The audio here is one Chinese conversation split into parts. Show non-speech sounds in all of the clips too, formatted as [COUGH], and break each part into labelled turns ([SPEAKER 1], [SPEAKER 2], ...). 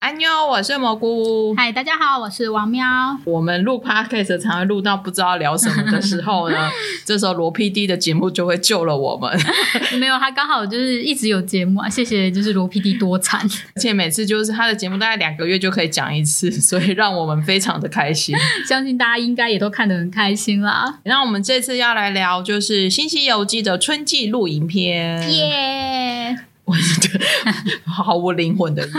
[SPEAKER 1] 安妞，我是蘑菇。
[SPEAKER 2] 嗨，大家好，我是王喵。
[SPEAKER 1] 我们录 podcast 常常录到不知道聊什么的时候呢，这时候罗 PD 的节目就会救了我们，
[SPEAKER 2] [LAUGHS]
[SPEAKER 1] [LAUGHS]
[SPEAKER 2] 没有，他刚好就是一直有节目啊，谢谢，就是罗 PD 多 [LAUGHS] 惨。
[SPEAKER 1] 而且每次就是他的节目大概两个月就可以讲一次，所以让我们非常的开心。
[SPEAKER 2] 相信大家应该也都看得很开心啦。
[SPEAKER 1] 那我们这次要来聊就是《新西游记》的春季露营篇。
[SPEAKER 2] 耶、
[SPEAKER 1] 我觉得 [LAUGHS] 毫无灵魂的夜。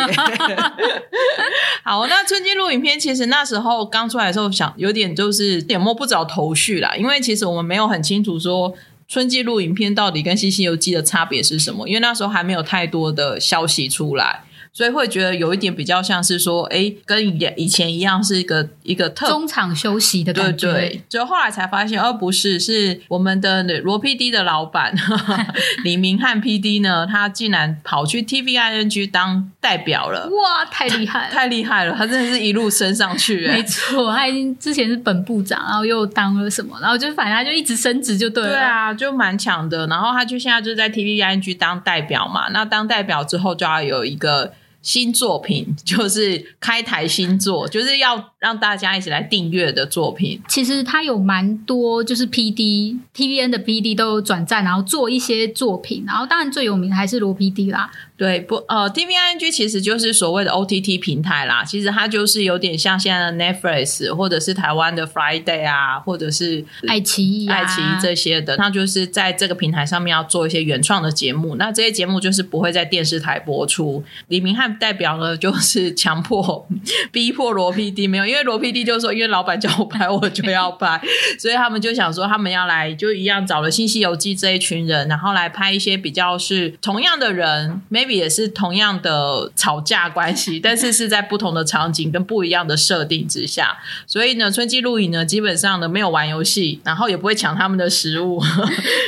[SPEAKER 1] 好，那春季录影片其实那时候刚出来的时候想，有点就是有点摸不着头绪啦，因为其实我们没有很清楚说。春季录影片到底跟《西西游记》的差别是什么？因为那时候还没有太多的消息出来，所以会觉得有一点比较像是说，哎、跟以以前一样是一个一个特
[SPEAKER 2] [LAUGHS] 中场休息的
[SPEAKER 1] 对
[SPEAKER 2] 感觉。
[SPEAKER 1] 对，就后来才发现，哦，不是，是我们的罗 PD 的老板 [LAUGHS] 李明翰 PD 呢，他竟然跑去 TVING 当代表了，
[SPEAKER 2] 哇，太厉害了！
[SPEAKER 1] 太厉害了！他真的是一路升上去、
[SPEAKER 2] 没
[SPEAKER 1] 哎，
[SPEAKER 2] 错，他已经之前是本部长，然后又当了什么，然后就反正他就一直升职就对了。
[SPEAKER 1] 对，啊，就蛮强的。然后他就现在就在 TVING 当代表嘛，那当代表之后就要有一个。新作品就是开台新作，就是要让大家一起来订阅的作品。
[SPEAKER 2] 其实他有蛮多，就是 P D T V N 的 P D 都有转战，然后做一些作品，然后当然最有名的还是罗 P D 啦。
[SPEAKER 1] 对，不，呃，TVING 其实就是所谓的 OTT 平台啦。其实它就是有点像现在的 Netflix，或者是台湾的 Friday 啊，或者是
[SPEAKER 2] 爱奇艺、啊，
[SPEAKER 1] 爱奇艺这些的。它就是在这个平台上面要做一些原创的节目。那这些节目就是不会在电视台播出。李明翰代表呢，就是强迫、 [LAUGHS] 逼迫罗 PD 没有，因为罗 PD 就说，因为老板叫我拍，我就要拍，所以他们就想说，他们要来就一样找了《新西游记》这一群人，然后来拍一些比较是同样的人，maybe 也是同样的吵架关系，但是是在不同的场景跟不一样的设定之下。所以呢，春季露营呢，基本上呢没有玩游戏，然后也不会抢他们的食
[SPEAKER 2] [LAUGHS]
[SPEAKER 1] 物，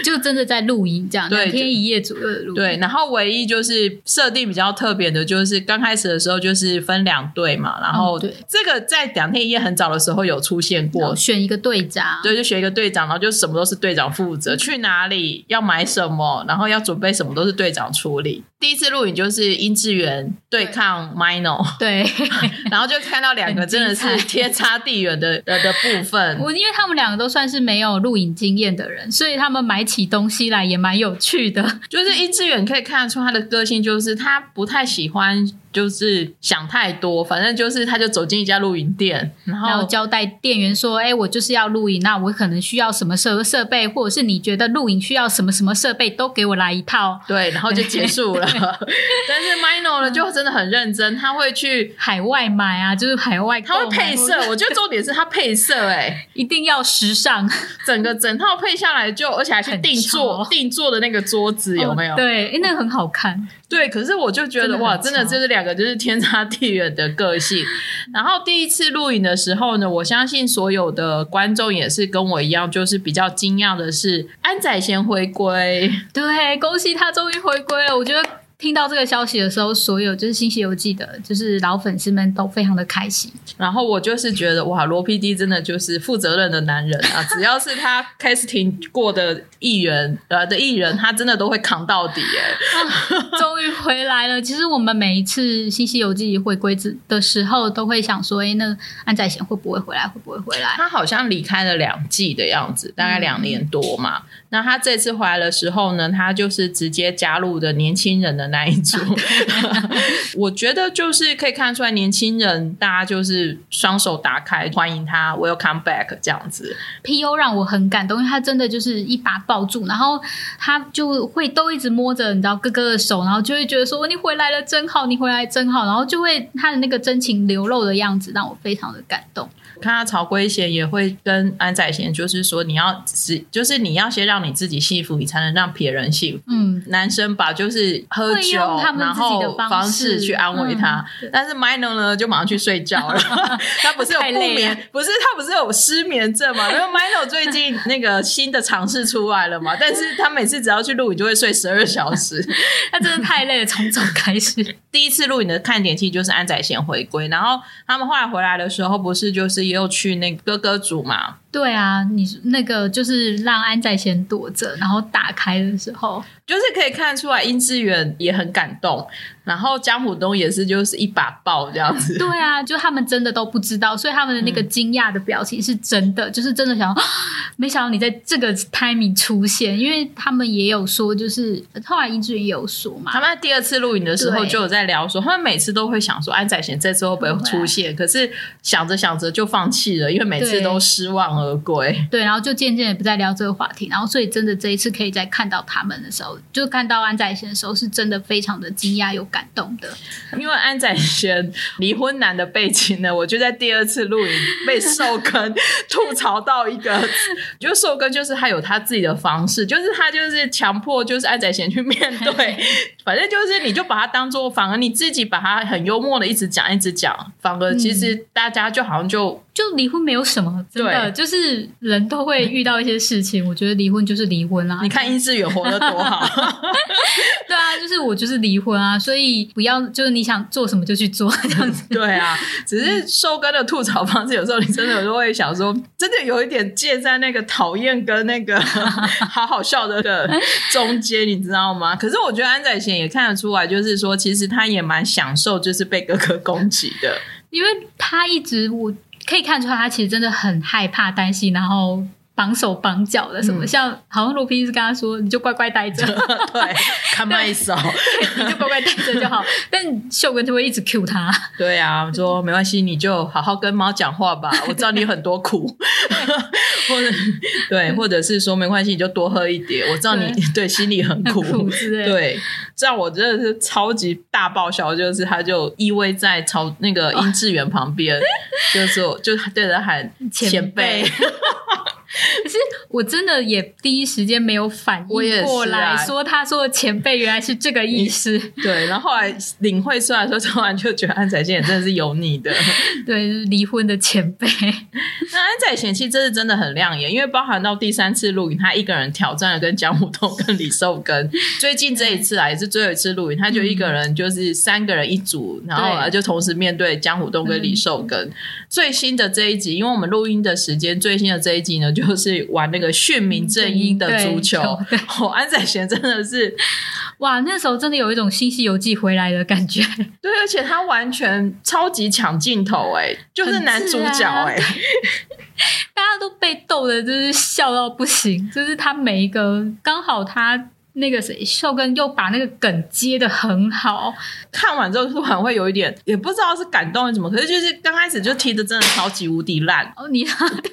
[SPEAKER 2] 就真的在露营这样，
[SPEAKER 1] 对
[SPEAKER 2] 两天一夜左右的露营。
[SPEAKER 1] 对，然后唯一就是设定比较特别的，就是刚开始的时候就是分两队嘛，然后
[SPEAKER 2] 嗯对嗯
[SPEAKER 1] 这个在两天一夜很早的时候有出现
[SPEAKER 2] 然后
[SPEAKER 1] 过。
[SPEAKER 2] 选一个队长，
[SPEAKER 1] 对，就选一个队长，然后就什么都是队长负
[SPEAKER 2] 嗯
[SPEAKER 1] 责，去哪里要买什么，然后要准备什么都是队长处理。第一次录影就是殷志源对抗 Mino，
[SPEAKER 2] 对， [LAUGHS]
[SPEAKER 1] 然后就看到两个真的是
[SPEAKER 2] 很精彩
[SPEAKER 1] 天差地远的的的部分。
[SPEAKER 2] 我因为他们两个都算是没有露营经验的人，所以他们买起东西来也蛮有趣的。
[SPEAKER 1] 就是一志远可以看得出他的个性，就是他不太喜欢，就是想太多，反正就是他就走进一家露营店，然
[SPEAKER 2] 然后
[SPEAKER 1] 后。
[SPEAKER 2] 交代店员说：“哎、我就是要露营，那我可能需要什么设设备，或者是你觉得露营需要什么什么设备，都给我来一套。
[SPEAKER 1] 对，然后就结束了。 [LAUGHS] 但是 Mino 呢，就真的很认真，他会去，
[SPEAKER 2] 海外买啊，就是海外购
[SPEAKER 1] 他
[SPEAKER 2] 买，
[SPEAKER 1] 会配
[SPEAKER 2] 或
[SPEAKER 1] 色。
[SPEAKER 2] 者
[SPEAKER 1] 我觉得重点是他配色、哎，
[SPEAKER 2] 一定要时尚，
[SPEAKER 1] 整个整套配下来就，而且还是
[SPEAKER 2] 很
[SPEAKER 1] 定做
[SPEAKER 2] 潮
[SPEAKER 1] 定做的那个桌子有没有？
[SPEAKER 2] 哦 [LAUGHS] 对，哎，那个很好看，
[SPEAKER 1] 对，可是我就觉
[SPEAKER 2] 真
[SPEAKER 1] 得
[SPEAKER 2] 的很
[SPEAKER 1] 哇，真的
[SPEAKER 2] 强
[SPEAKER 1] 就是两个就是天差地远的个性。然后第一次录影的时候呢，我相信所有的观众也是跟我一样，就是比较惊讶的是安宰贤回归，
[SPEAKER 2] 对，恭喜他终于回归了。我觉得听到这个消息的时候，所有就是《新西游记》的，就是老粉丝们都非常的开心。
[SPEAKER 1] 然后我就是觉得哇，罗 PD 真的就是负责任的男人啊，只要是他 casting 过的艺人呃的艺人，他真的都会扛到底耶、
[SPEAKER 2] 终于回来了。其实我们每一次《新西游记》回归之的时候，都会想说：“哎，那安宰贤会不会回来？会不会回来
[SPEAKER 1] 他好像离开了两季的样子，大概两年多嘛。那他这次回来的时候呢，他就是直接加入的年轻人的那一组。我觉得就是可以看出来，年轻人大家就是双手打开，欢迎他，welcome back 这样子。
[SPEAKER 2] ？”P.O. 让我很感动，因为他真的就是一把抱住，然后他就会都一直摸着你知道哥哥的手，然后就会觉得说：“你回来了，真好，你回来真好。”然后就会他的那个真情流露的样子，让我非常的感动。
[SPEAKER 1] 看到曹圭贤也会跟安宰贤，就是说你要只就是你要先让你自己幸福，你才能让别人幸福。
[SPEAKER 2] 嗯，
[SPEAKER 1] 男生吧，就是喝
[SPEAKER 2] 会
[SPEAKER 1] 酒，
[SPEAKER 2] 用他
[SPEAKER 1] 然
[SPEAKER 2] 们自己
[SPEAKER 1] 后
[SPEAKER 2] 的
[SPEAKER 1] 方
[SPEAKER 2] 式
[SPEAKER 1] 去安慰他。
[SPEAKER 2] 嗯对
[SPEAKER 1] 但是 Mino 呢，就马上去睡觉
[SPEAKER 2] [LAUGHS]
[SPEAKER 1] 了。他不是有
[SPEAKER 2] 太
[SPEAKER 1] 不
[SPEAKER 2] 累
[SPEAKER 1] 眠
[SPEAKER 2] 了，
[SPEAKER 1] 不是他不是有失眠症
[SPEAKER 2] [LAUGHS]
[SPEAKER 1] 嘛？因为 Mino 最近那个新的尝试出来了嘛，但是他每次只要去录影就会睡十二小
[SPEAKER 2] [LAUGHS]
[SPEAKER 1] 时。
[SPEAKER 2] 他真的太累了，从早开始。
[SPEAKER 1] 第一次录影的看点其实就是安宰贤回归，然后他们后来回来的时候，不是就是也有去那个哥哥组嘛？
[SPEAKER 2] [LAUGHS] 对啊，你那个就是让安宰贤躲着，然后打开的时候，
[SPEAKER 1] 就是可以看出来，殷志源也很感动。然后江虎东也是就是一把爆这样子，
[SPEAKER 2] 对啊，就他们真的都不知道，所以他们的那个惊讶的表情是真 [LAUGHS] 的，就是真的想要， [GASPS] 啊没想到你在这个 timing 出现，因为他们也有说，就是后来一直也有说嘛
[SPEAKER 1] 他，们在第二次录影的时候
[SPEAKER 2] 对
[SPEAKER 1] 就有在聊说，他们每次都会想说哎安宰贤这次会不会出现，可是想着想着就放弃了，因为每次
[SPEAKER 2] 对
[SPEAKER 1] 都失望而归。
[SPEAKER 2] 对，然后就渐渐也不再聊这个话题，然后所以真的这一次可以在看到他们的时候，就看到安宰贤的时候，是真的非常的惊讶有感动的，
[SPEAKER 1] 因为安宰贤离婚难的背景呢，我就在第二次录影被寿根吐槽到一个，我觉得寿根就是他有他自己的方式，就是他就是强迫就是安宰贤去面对，反正就是你就把他当做，反而你自己把他很幽默的一直讲一直讲，反而其实
[SPEAKER 2] 嗯
[SPEAKER 1] 大家就好像就
[SPEAKER 2] 就离婚没有什么，真的就是人都会遇到一些事情，我觉得离婚就是离婚啦、
[SPEAKER 1] 你看殷志远活得多好。
[SPEAKER 2] 对啊，就是我就是离婚啊，所以不要就是你想做什么就去做
[SPEAKER 1] [LAUGHS]
[SPEAKER 2] 这样子。
[SPEAKER 1] 对啊，只是收割的吐槽方式，有时候你真的有时候会想说，真的有一点介在那个讨厌跟那 [LAUGHS] 个好好笑的的中间，你知道吗？可是我觉得安宰贤也看得出来，就是说，其实他也蛮享受，就是被哥哥攻击 [LAUGHS] 的。
[SPEAKER 2] 因为他一直我可以看出来，他其实真的很害怕、担心，然后绑手绑脚的什么，
[SPEAKER 1] 嗯
[SPEAKER 2] 像好像罗宾是跟他说，你就乖乖待
[SPEAKER 1] [LAUGHS]
[SPEAKER 2] 着，
[SPEAKER 1] 对，看麦手，
[SPEAKER 2] 你就乖乖待着就好。但秀根就会一直 Q 他，
[SPEAKER 1] 对啊，说没关系，你就好好跟猫讲话 [LAUGHS] 吧，我知道你很多苦， [LAUGHS] 或者对，或者是说没关系，你就多喝一点，我知道你对心里很
[SPEAKER 2] 很
[SPEAKER 1] 苦，
[SPEAKER 2] 苦之类的。
[SPEAKER 1] 对，这样我真的是超级大爆笑，就是他就依偎在朝那个殷志源旁 [LAUGHS] 边，就是我就对着他喊
[SPEAKER 2] 前
[SPEAKER 1] 辈
[SPEAKER 2] 辈，可是我真的也第一时间没有反
[SPEAKER 1] 我也
[SPEAKER 2] 应过
[SPEAKER 1] 是
[SPEAKER 2] 来，
[SPEAKER 1] 啊
[SPEAKER 2] 说他说的前辈原来是这个意思。
[SPEAKER 1] 对，然后后来领会出来的时候，突然就觉得安宰贤也真的是油腻的。
[SPEAKER 2] 对，就是离婚的前辈， [LAUGHS]
[SPEAKER 1] 那安宰贤其实这是真的很亮眼，因为包含到第三次录影，他一个人挑战了跟江虎东、跟李寿根。最近这一次啊，也是最后一次录影，他就一个人就是三个人一组，然后啊
[SPEAKER 2] 对
[SPEAKER 1] 就同时面对江虎东跟李寿根。最新的这一集，因为我们录音的时间，最新的这一集呢，就是玩那个训民正英的足球。
[SPEAKER 2] 对
[SPEAKER 1] [LAUGHS] 哦，安宰贤真的是
[SPEAKER 2] 哇，那时候真的有一种《新西游记》回来的感觉，
[SPEAKER 1] 对，而且他完全超级抢镜头、哎，就是男主角、哎、
[SPEAKER 2] 很大家都被逗的，就是笑到不行。就是他每一个，刚好他那个谁，秀根又把那个梗接的很好，，
[SPEAKER 1] 看完之后突然会有一点，也不知道是感动还是什么，可是就是刚开始就踢的真的超级无敌烂
[SPEAKER 2] [LAUGHS] 哦，你。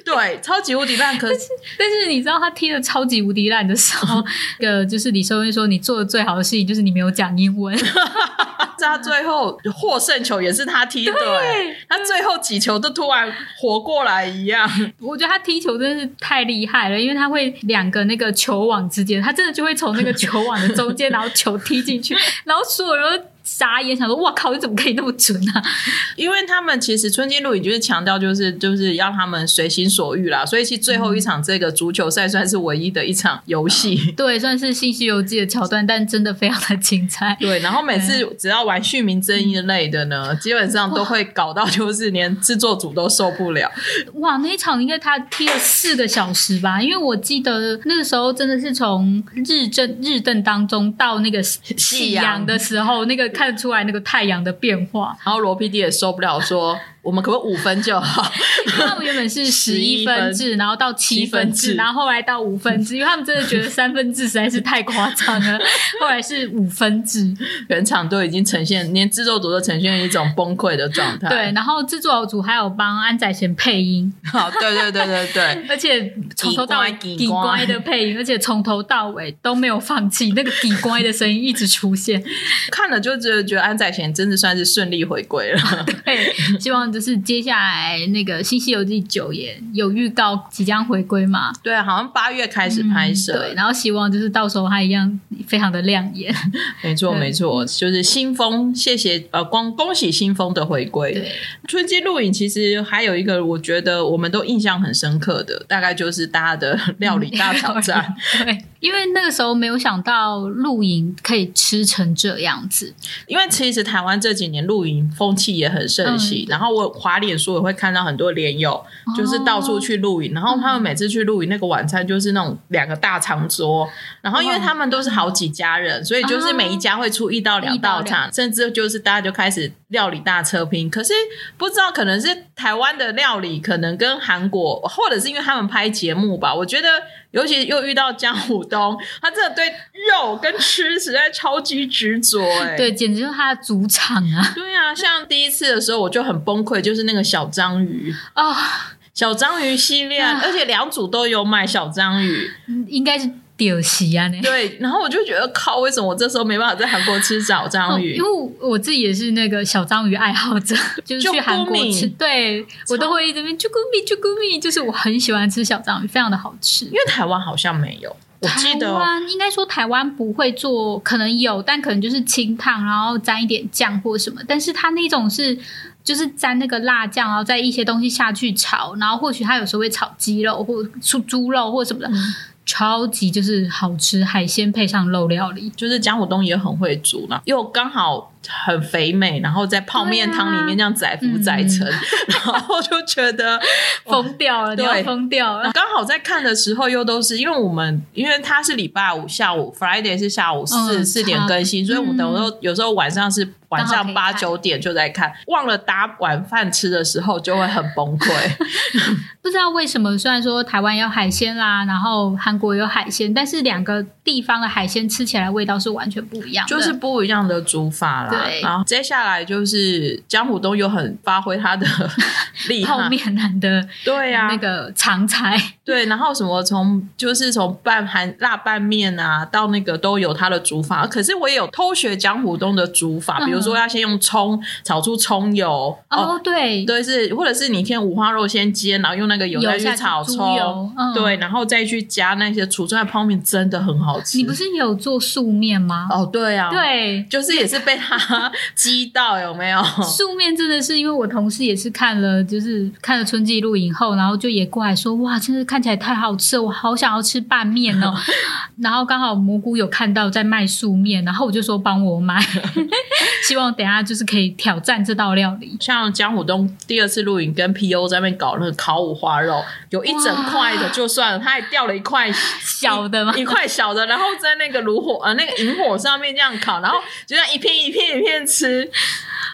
[SPEAKER 1] 对，超级无敌烂。可是
[SPEAKER 2] 但是你知道他踢的超级无敌烂的时候，那个就是李秀恩说你做的最好的事情就是你没有讲英文，
[SPEAKER 1] 他最后获胜球也是他踢的、欸他最后几球都突然活过来一样。
[SPEAKER 2] 我觉得他踢球真是太厉害了，因为他会两个那个球网之间，他真的就会从那个球网的中间，然后球踢进 [LAUGHS] 去，然后所有人都傻眼，想说：“哇靠，你怎么可以那么准啊
[SPEAKER 1] 因为他们其实春季录影就是强调，就是就是要他们随心所欲啦，所以其实最后一场这个足球赛算是唯一的一场游戏。？”
[SPEAKER 2] 对，算是《信息游记》的桥段，但真的非常的精彩。
[SPEAKER 1] 对，然后每次只要玩续名争议类的呢，基本上都会搞到就是连制作组都受不了。
[SPEAKER 2] [LAUGHS] 哇，那一场应该他踢了四个小时吧？因为我记得那个时候真的是从日正日正当中到那个夕
[SPEAKER 1] 阳
[SPEAKER 2] 阳的时候，那个看得出来那个太阳的变化。
[SPEAKER 1] 然后罗 PD 也受不了说，我们可不可以五分就好？
[SPEAKER 2] 因为他们原本是十一分制，然后到七分
[SPEAKER 1] 七分制
[SPEAKER 2] 制，然后后来到五分制，因为他们真的觉得三分制实在是太夸
[SPEAKER 1] [LAUGHS]
[SPEAKER 2] 张了，后来是五分制。
[SPEAKER 1] 全场都已经呈现，连制作组都呈现一种崩溃的状态。
[SPEAKER 2] 对，，然后制作组还有帮安宰贤配音，
[SPEAKER 1] [LAUGHS] 好，对对对对对。
[SPEAKER 2] 而且从头到尾
[SPEAKER 1] 叽
[SPEAKER 2] 叽
[SPEAKER 1] 呱
[SPEAKER 2] 乖的配音，而且从头到尾都没有放弃，那个叽乖的声音一直
[SPEAKER 1] [LAUGHS]
[SPEAKER 2] 出现。
[SPEAKER 1] 看了就觉得觉得安宰贤真的算是顺利回归了。 [LAUGHS]
[SPEAKER 2] 对，希望就是接下来那个《新西游记九》也有预告即将回归嘛。
[SPEAKER 1] 对，啊好像八月开始拍摄，
[SPEAKER 2] 嗯对，然后希望就是到时候它一样非常的亮眼。
[SPEAKER 1] 没错
[SPEAKER 2] 对
[SPEAKER 1] 没错，就是新风，谢谢呃，光恭喜新风的回归。
[SPEAKER 2] 对，
[SPEAKER 1] 春季录影其实还有一个，我
[SPEAKER 2] 嗯
[SPEAKER 1] [LAUGHS] 觉得我们都印象很深刻的，大概就是大家的料理大挑战。
[SPEAKER 2] 对，因为那个时候没有想到露营可以吃成这样子，
[SPEAKER 1] 因为其实台湾这几年露营风气也很盛行，然后我滑脸书也会看到很多连友就是到处去露营，然后他们每次去露营那个晚餐就是那种两个大长桌，然后因为他们都是好几家人，所以就是每一家会哦出一到两道
[SPEAKER 2] 一到
[SPEAKER 1] 菜，甚至就是大家就开始料理大车拼。可是不知道可能是台湾的料理可能跟韩国，或者是因为他们拍节目吧，我觉得。尤其又遇到江虎东，他真的对肉跟吃实在超级执着、哎，
[SPEAKER 2] 对，简直就是他的主场啊！
[SPEAKER 1] 对啊，像第一次的时候我就很崩溃，就是那个小章鱼，
[SPEAKER 2] 哦，
[SPEAKER 1] 小章鱼系列，
[SPEAKER 2] 啊
[SPEAKER 1] 而且两组都有买小章鱼，
[SPEAKER 2] [LAUGHS] 应该是屌席啊，那。
[SPEAKER 1] 对，然后我就觉得靠，为什么我这时候没办法在韩国吃小章鱼
[SPEAKER 2] 哦因？为我自己也是那个小章鱼爱好者， [LAUGHS] 就是去韩国吃，
[SPEAKER 1] Chukumi
[SPEAKER 2] 对我都会一直边啾咕咪啾咕咪，就是我很喜欢吃小章鱼，非常的好吃
[SPEAKER 1] 因。为台湾好像没有，我记
[SPEAKER 2] 台
[SPEAKER 1] 得。
[SPEAKER 2] 湾应该说台湾不会做，可能有，但可能就是清烫，然后沾一点酱或什么。但是它那种是就是沾那个辣酱，然后再一些东西下去炒，然后或许它有时候会炒鸡肉或猪猪肉或什么的，
[SPEAKER 1] 嗯
[SPEAKER 2] 超级就是好吃，海鲜配上肉料理。
[SPEAKER 1] 就是江虎东也很会煮啦，又刚好很肥美，然后在泡面汤
[SPEAKER 2] 啊
[SPEAKER 1] 里面这样载浮载沉，
[SPEAKER 2] 嗯
[SPEAKER 1] [LAUGHS] 然后我就觉得
[SPEAKER 2] 疯掉了，你要
[SPEAKER 1] 对嗯
[SPEAKER 2] 疯掉了！
[SPEAKER 1] 刚好在看的时候又都是因为我们，因为它是礼拜五下午，Friday 是下午四
[SPEAKER 2] 嗯
[SPEAKER 1] 四、
[SPEAKER 2] 差
[SPEAKER 1] 点更新，所以我们有时候有时候晚上是晚
[SPEAKER 2] 刚好可
[SPEAKER 1] 上
[SPEAKER 2] 以
[SPEAKER 1] 八
[SPEAKER 2] 看
[SPEAKER 1] 九点就在看，忘了打晚饭吃的时候就会很崩
[SPEAKER 2] [LAUGHS]
[SPEAKER 1] 溃。
[SPEAKER 2] 不知道为什么，虽然说台湾有海鲜啦，然后韩国有海鲜，但是两个地方的海鲜吃起来味道是完全不一样的。
[SPEAKER 1] 就是不一样的煮法啦。
[SPEAKER 2] 对
[SPEAKER 1] 然后接下来就是江虎东又很发挥他的 [LAUGHS] 厉害
[SPEAKER 2] 泡，面男的
[SPEAKER 1] 对呀、
[SPEAKER 2] 那个常菜，
[SPEAKER 1] 对，然后什么从就是从拌韩辣拌面啊，到那个都有他的煮法。可是我也有偷学江虎东的煮法，
[SPEAKER 2] 嗯
[SPEAKER 1] 比如说要先用葱炒出葱油
[SPEAKER 2] 哦，对，
[SPEAKER 1] 对，是或者是你先五花肉先煎，然后用那个油再
[SPEAKER 2] 有
[SPEAKER 1] 去
[SPEAKER 2] 下
[SPEAKER 1] 炒
[SPEAKER 2] 猪
[SPEAKER 1] 葱。
[SPEAKER 2] 油，嗯
[SPEAKER 1] 对，，然后再去加那些储存在泡面，真的很好吃。
[SPEAKER 2] 你不是有做素面吗？
[SPEAKER 1] 哦，对啊，，
[SPEAKER 2] 对。
[SPEAKER 1] 就是也是被他 [LAUGHS] 激到，有没有？ [LAUGHS]
[SPEAKER 2] 素面真的是因为我同事也是看了，就是看了春季录影后，然后就也过来说，哇，真的看起来太好吃了，我好想要吃拌面
[SPEAKER 1] [LAUGHS]
[SPEAKER 2] 哦。然后刚好蘑菇有看到在卖素面，然后我就说帮我
[SPEAKER 1] [LAUGHS]
[SPEAKER 2] 买，希望等一下就是可以挑战这道料理。
[SPEAKER 1] 像江虎东第二次露营跟 PO 在那边搞那个烤五花肉，有一整块的就算了，他还掉了一块
[SPEAKER 2] 小的吗
[SPEAKER 1] 一块小的，然后在那个炉火呃那个萤火上面这样烤，然后就这样一片一片一片吃。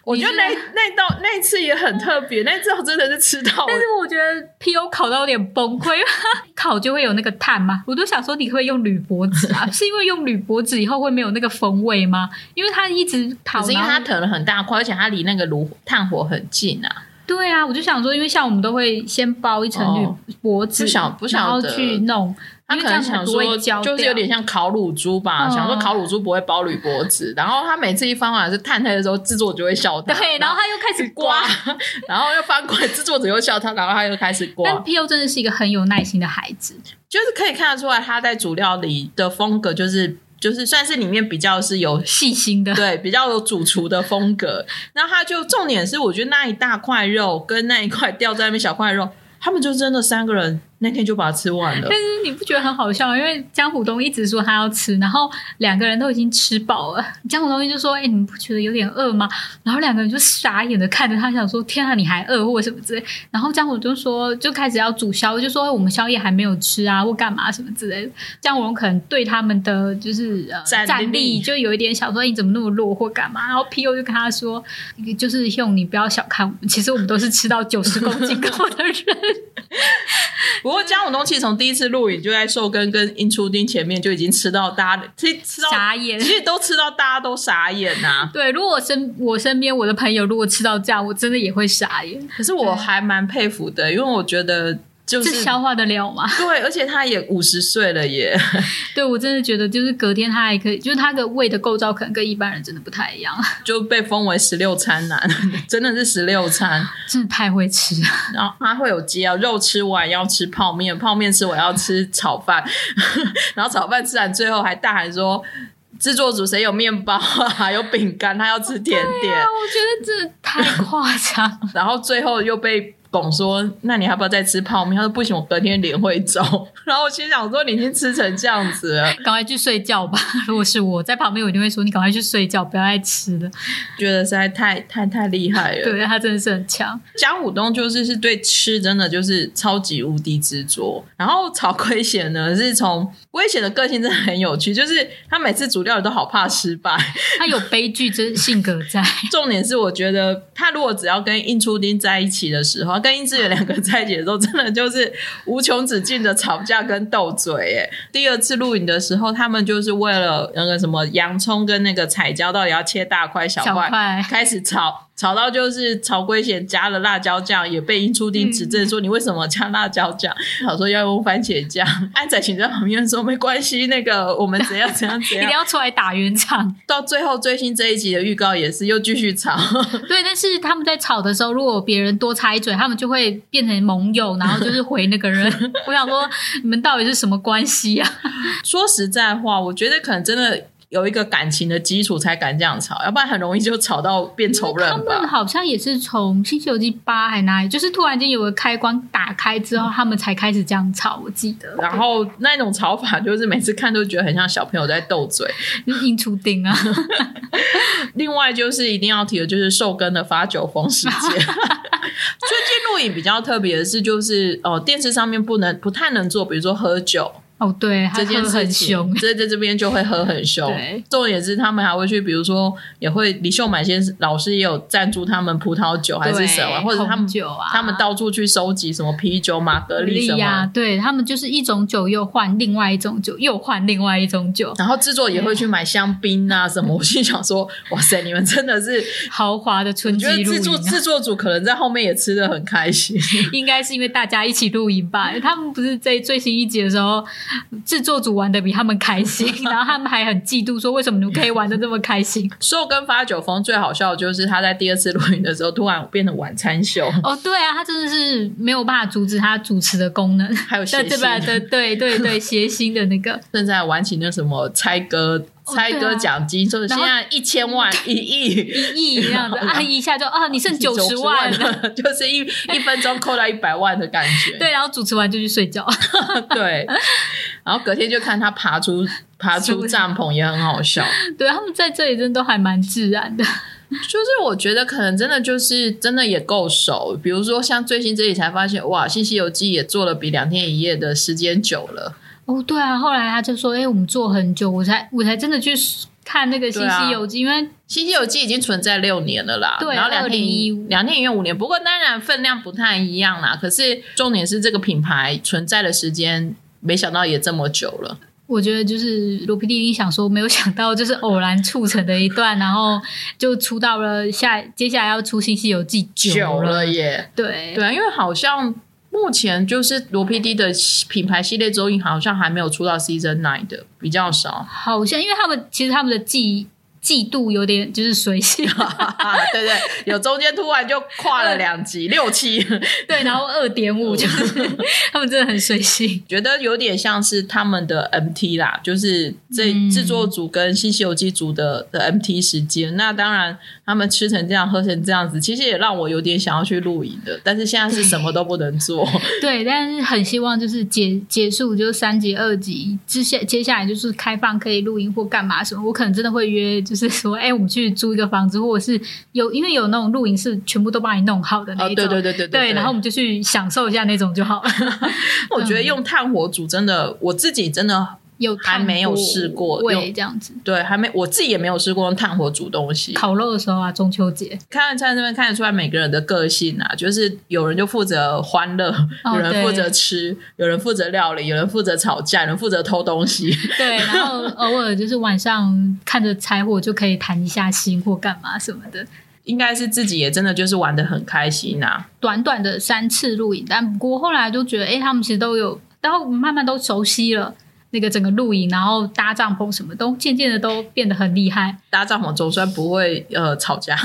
[SPEAKER 1] 我觉得那
[SPEAKER 2] 你
[SPEAKER 1] 那道那次也很特别，那次我真的是吃到我
[SPEAKER 2] 但是我觉得 P O 烤到有点崩溃，因为它烤就会有那个碳嘛，我都想说你会用铝箔纸啊，是因为用铝箔纸以后会没有那个风味吗？因为它一直
[SPEAKER 1] [LAUGHS]
[SPEAKER 2] 烤，
[SPEAKER 1] 可是因为它
[SPEAKER 2] 然后
[SPEAKER 1] 腾了很大块，而且它离那个炉炭火很近啊。
[SPEAKER 2] 对啊，我就想说，因为像我们都会先包一层
[SPEAKER 1] 哦
[SPEAKER 2] 铝�箔纸，
[SPEAKER 1] 不晓不晓
[SPEAKER 2] 然后
[SPEAKER 1] 得
[SPEAKER 2] 去弄，
[SPEAKER 1] 他
[SPEAKER 2] 因为
[SPEAKER 1] 可能
[SPEAKER 2] 这样才
[SPEAKER 1] 想
[SPEAKER 2] 不会
[SPEAKER 1] 说，
[SPEAKER 2] 焦
[SPEAKER 1] 就是有
[SPEAKER 2] 掉
[SPEAKER 1] 点像烤乳猪吧，
[SPEAKER 2] 嗯
[SPEAKER 1] 想说烤乳猪不会包铝箔纸，然后他每次一翻过来是炭黑的时候，制作就会笑他，
[SPEAKER 2] 对，然后它又开始刮
[SPEAKER 1] [LAUGHS] 刮。，然后又翻过来，制作者又笑他，然后他又开始刮
[SPEAKER 2] 但，P O 真的是一个很有耐心的孩子，
[SPEAKER 1] 就是可以看得出来他在主料理的风格就是。就是算是里面比较是 [LAUGHS] 有
[SPEAKER 2] 细心的。
[SPEAKER 1] 对比较有主厨的风格，那他就重点是，我觉得那一大块肉跟那一块掉在那边小块肉，他们就真的三个人那天就把它吃完 [LAUGHS] 了
[SPEAKER 2] 但。是你不觉得很好笑吗？因为江虎东一直说他要吃，然后两个人都已经吃饱了。江虎东就说：“哎、你们不觉得有点饿吗？”然后两个人就傻眼的看着他，想说：“天啊，你还饿或什么之类。”然后江虎就说：“就开始要煮宵夜，就说、哎我们宵夜还没有吃啊，或干嘛什么之类的。”江虎东可能对他们的就是呃
[SPEAKER 1] 战力
[SPEAKER 2] 战力就有一点想说：“哎你怎么那么弱或干嘛？”然后 P.O 就跟他说：“就是用你不要小看我们，其实我们都是吃到九十公斤高的人。”
[SPEAKER 1] 不过姜武东其实从第一次录影就在寿根跟殷初丁前面就已经吃到大家，其实吃
[SPEAKER 2] [LAUGHS]
[SPEAKER 1] 到
[SPEAKER 2] 傻眼
[SPEAKER 1] 其实都吃到大家都傻眼啊呐、
[SPEAKER 2] 对，如果我身我身边我的朋友如果吃到这样，我真的也会傻眼。
[SPEAKER 1] [LAUGHS] 可是我还蛮佩服的，因为我觉得就
[SPEAKER 2] 这
[SPEAKER 1] 是
[SPEAKER 2] 消化得了吗？ [LAUGHS]
[SPEAKER 1] 对，而且他也五十岁了耶，
[SPEAKER 2] 对我真的觉得，就是隔天他还可以，就是他的胃的构造可能跟一般人真的不太一样， [LAUGHS]
[SPEAKER 1] 就被封为十六餐男， [LAUGHS] 真的是十六餐。
[SPEAKER 2] 真的太会吃了。
[SPEAKER 1] 然后他会有鸡啊，肉吃完要吃泡面，泡面吃完要吃炒饭， [LAUGHS] 然后炒饭吃完最后还大喊说。制作组谁有面包啊？有
[SPEAKER 2] [LAUGHS]
[SPEAKER 1] 饼干，他要吃甜点，
[SPEAKER 2] 我觉得这太夸张。
[SPEAKER 1] 然后最后又被拱说：“那你还不要再吃泡面？”他说：“不行，我隔天脸会肿。” [LAUGHS] 然后我心想说：“你已经吃成这样子了，
[SPEAKER 2] [LAUGHS] 赶快去睡觉吧。 [LAUGHS] 如果是我在旁边，我一定会说你赶快去睡觉，不要再吃了。
[SPEAKER 1] 觉得实在太太太厉害了。”
[SPEAKER 2] 对他真的是很强，
[SPEAKER 1] 江武东就是是对吃真的就是超级无敌执着，然后曹圭贤呢是从圭贤的个性真的很有趣，就是他每次煮料理都好怕失败。
[SPEAKER 2] 他有悲剧真性格
[SPEAKER 1] [LAUGHS]
[SPEAKER 2] 在。
[SPEAKER 1] 重点是我觉得他如果只要跟印初丁在一起的时候，跟殷志远两个在一起的时候，真的就是无穷止境的吵架跟斗嘴。哎，第二次录影的时候，他们就是为了那个什么洋葱跟那个彩椒到底要切大块小
[SPEAKER 2] 小
[SPEAKER 1] 块，
[SPEAKER 2] 块
[SPEAKER 1] [LAUGHS] 开始吵。吵到就是曹圭贤加了辣椒酱，也被殷初丁指
[SPEAKER 2] 嗯
[SPEAKER 1] 正说你为什么加辣椒酱？ [LAUGHS] 他说要用番茄酱。 [LAUGHS] 安仔请在旁边说没关系，那个我们怎样怎样怎
[SPEAKER 2] [LAUGHS] 一定
[SPEAKER 1] 样。
[SPEAKER 2] 要出来打圆场，
[SPEAKER 1] 到最后最新这一集的预告也是又继续吵，
[SPEAKER 2] 对。但是他们在吵的时候，如果别人多插一嘴，他们就会变成盟友，然后就是回那个人。
[SPEAKER 1] [LAUGHS]
[SPEAKER 2] 我想说，你们到底是什么关系啊？
[SPEAKER 1] [LAUGHS] 说实在话，我觉得可能真的有一个感情的基础才敢这样吵，要不然很容易就吵到变仇
[SPEAKER 2] [LAUGHS] 他
[SPEAKER 1] 人
[SPEAKER 2] 们
[SPEAKER 1] 吧。
[SPEAKER 2] 好像也是从《新西游记八》还哪里，就是突然间有个开关打开之后，他们才开始这样吵。我记得
[SPEAKER 1] 然后那种吵法，就是每次看都觉得很像小朋友在斗嘴。
[SPEAKER 2] 就是硬出丁
[SPEAKER 1] [LAUGHS]
[SPEAKER 2] 啊，
[SPEAKER 1] 另外就是一定要提的，就是寿根的发酒疯事件。
[SPEAKER 2] [LAUGHS]
[SPEAKER 1] 最近录影比较特别的是，就是哦、呃电视上面不能不太能做，比如说喝酒，
[SPEAKER 2] 哦，对，他
[SPEAKER 1] 这件
[SPEAKER 2] 喝
[SPEAKER 1] 事
[SPEAKER 2] 很
[SPEAKER 1] 情
[SPEAKER 2] 凶，
[SPEAKER 1] 这在这边就会喝很凶
[SPEAKER 2] 对。
[SPEAKER 1] 重点是他们还会去，比如说也会李秀满先生老师也有赞助他们葡萄酒还是什么，
[SPEAKER 2] 对
[SPEAKER 1] 或者他们
[SPEAKER 2] 红酒啊
[SPEAKER 1] 他们到处去收集什么啤酒、玛格啊丽什
[SPEAKER 2] 力呀、
[SPEAKER 1] 么。
[SPEAKER 2] 对他们就是一种酒又换另外一种酒，又换另外一种酒，
[SPEAKER 1] 然后制作也会去买香槟啊什么，我心想说，哇塞，你们真的是，
[SPEAKER 2] 豪华的
[SPEAKER 1] 我
[SPEAKER 2] 春季
[SPEAKER 1] 觉得
[SPEAKER 2] 露
[SPEAKER 1] 制作
[SPEAKER 2] 营啊、
[SPEAKER 1] 制作组可能在后面也吃的很开
[SPEAKER 2] [LAUGHS]
[SPEAKER 1] 心。
[SPEAKER 2] 应该是因为大家一起露营吧？他们不是在最新一集的时候，制作组玩的比他们开心，然后他们还很嫉妒，说为什么你们可以玩的这么开心？
[SPEAKER 1] 瘦跟发酒疯最好笑的就是他在第二次录影的时候，突然变成晚餐秀， [LAUGHS]
[SPEAKER 2] 哦，对啊，他真的是没有办法阻止他主持的功能，
[SPEAKER 1] 还有谐
[SPEAKER 2] 对
[SPEAKER 1] 星
[SPEAKER 2] 对吧？对对对对，谐星的那个，
[SPEAKER 1] 正在玩起那什么猜歌。猜
[SPEAKER 2] 对
[SPEAKER 1] 歌
[SPEAKER 2] 啊
[SPEAKER 1] 奖金，就是现
[SPEAKER 2] 然后
[SPEAKER 1] 在一千万、一亿、
[SPEAKER 2] 一
[SPEAKER 1] [LAUGHS]
[SPEAKER 2] 这样子，啊，一下就啊，你剩九十
[SPEAKER 1] 90
[SPEAKER 2] 万了， [LAUGHS]
[SPEAKER 1] 了，就是一一分钟扣到一百万的感觉。
[SPEAKER 2] 对，然后主持完就去睡觉。
[SPEAKER 1] 对，然后隔天就看他爬出爬出帐篷，也很好笑。
[SPEAKER 2] 对，他们在这里真的都还蛮自然的。
[SPEAKER 1] 就是我觉得可能真的就是真的也够熟，比如说像最新这里才发现，哇，《信息游记》也做了比两天一夜的时间久了。
[SPEAKER 2] 哦，对啊，后来他就说：“哎、我们做很久，我才我才真的去看那个《
[SPEAKER 1] 对
[SPEAKER 2] 信
[SPEAKER 1] 啊
[SPEAKER 2] 息游记》因为
[SPEAKER 1] 《西西游记》已经存在六年了啦，
[SPEAKER 2] 对
[SPEAKER 1] 然后两天
[SPEAKER 2] 2015
[SPEAKER 1] 两天一月五年，不过当然分量不太一样啦。可是重点是这个品牌存在的时间，没想到也这么久了。
[SPEAKER 2] 我觉得就是罗 PD 一定想说，没有想到就是偶然促成的一段，然后就出到了下接下来要出《信息游记》
[SPEAKER 1] 久
[SPEAKER 2] 了。
[SPEAKER 1] 了耶。
[SPEAKER 2] 对，。
[SPEAKER 1] 对啊，因为好像目前就是罗 PD 的品牌系列周影，好像还没有出到 Season Nine 的，比较少
[SPEAKER 2] 好像因为他们其实他们的季季度有点就是随
[SPEAKER 1] [LAUGHS]
[SPEAKER 2] 性，
[SPEAKER 1] 对对，有中间突然就跨了两
[SPEAKER 2] 嗯
[SPEAKER 1] 集六期， [LAUGHS]
[SPEAKER 2] 对，然后二点五就是他们真的很随性。
[SPEAKER 1] 觉得有点像是他们的 MT 啦，就是这
[SPEAKER 2] 嗯
[SPEAKER 1] 制作组跟《新西游记》组的的 MT 时间。那当然，他们吃成这样，喝成这样子，其实也让我有点想要去露营的，但是现在是什么都不能做。
[SPEAKER 2] 对，但是很希望就是结结束，就是三级、二级之下，接下来就是开放可以露营或干嘛什么。我可能真的会约，就是说，哎、我们去租一个房子，或者是有，因为有那种露营是全部都帮你弄好的
[SPEAKER 1] [LAUGHS]
[SPEAKER 2] 那
[SPEAKER 1] 哦，
[SPEAKER 2] 一
[SPEAKER 1] 对
[SPEAKER 2] 种。
[SPEAKER 1] 对对对对
[SPEAKER 2] 对然后我们嗯就去享受一下那种就好了。
[SPEAKER 1] 我觉得用炭火煮真的，我自己真的
[SPEAKER 2] [LAUGHS] 有
[SPEAKER 1] 还没有试过
[SPEAKER 2] 对，
[SPEAKER 1] 用
[SPEAKER 2] 这样子
[SPEAKER 1] 对，还没，我自己也没有试过用炭火煮东西。
[SPEAKER 2] 烤肉的时候啊，中秋 [LAUGHS] 节
[SPEAKER 1] 看在那边看得出来每个人的个性啊，就是有人就负责欢乐，
[SPEAKER 2] 哦
[SPEAKER 1] 有人
[SPEAKER 2] 对
[SPEAKER 1] 负责吃，有人负责料理，有人负责吵架，有人负责偷东西。 [LAUGHS]
[SPEAKER 2] 对，然后偶尔就是晚上看着柴火就可以谈一下心或干嘛什么的。
[SPEAKER 1] 应该是自己也真的就是玩的很开心呐、啊
[SPEAKER 2] 短短的三次录影，但不过后来就觉得，哎、他们其实都有，然后慢慢都熟悉了。那个整个露营，然后搭帐篷什么都渐渐的都变得很厉害。
[SPEAKER 1] 搭帐篷总算不会呃吵
[SPEAKER 2] [LAUGHS]
[SPEAKER 1] 架，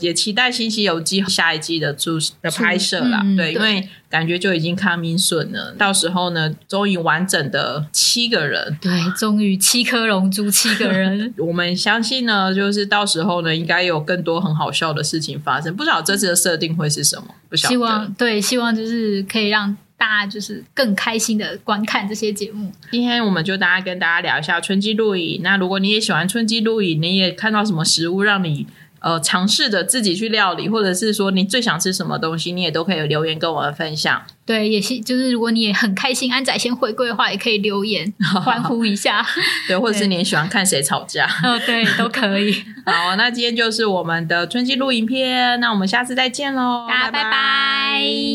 [SPEAKER 1] 也期待《新西游记》下一季的注的拍摄啦。
[SPEAKER 2] 嗯
[SPEAKER 1] 对，因
[SPEAKER 2] 对
[SPEAKER 1] 为感觉就已经 coming soon 了，到时候呢，终于完整的七个人。
[SPEAKER 2] 对，终于七颗龙珠，七个人 [LAUGHS]
[SPEAKER 1] 我们相信呢，就是到时候呢，应该有更多很好笑的事情发生。不晓得这次的设定会是什么，不晓
[SPEAKER 2] 希
[SPEAKER 1] 得。
[SPEAKER 2] 望对，希望就是可以让大家就是更开心的观看这些节目。
[SPEAKER 1] 今天我们就大家跟大家聊一下春季露营。那如果你也喜欢春季露营，你也看到什么食物让你呃尝试着自己去料理，或者是说你最想吃什么东西，你也都可以留言跟我们分享。
[SPEAKER 2] 对，也是就是如果你也很开心，安仔先回归的话，也可以留 [LAUGHS] 言欢呼一下。
[SPEAKER 1] 对，或者是
[SPEAKER 2] 对
[SPEAKER 1] 你也喜欢看谁吵架。
[SPEAKER 2] 哦，对，都可 [LAUGHS] 以。
[SPEAKER 1] 好，那今天就是我们的春季露营篇，那我们下次再见喽，
[SPEAKER 2] 哦大家拜拜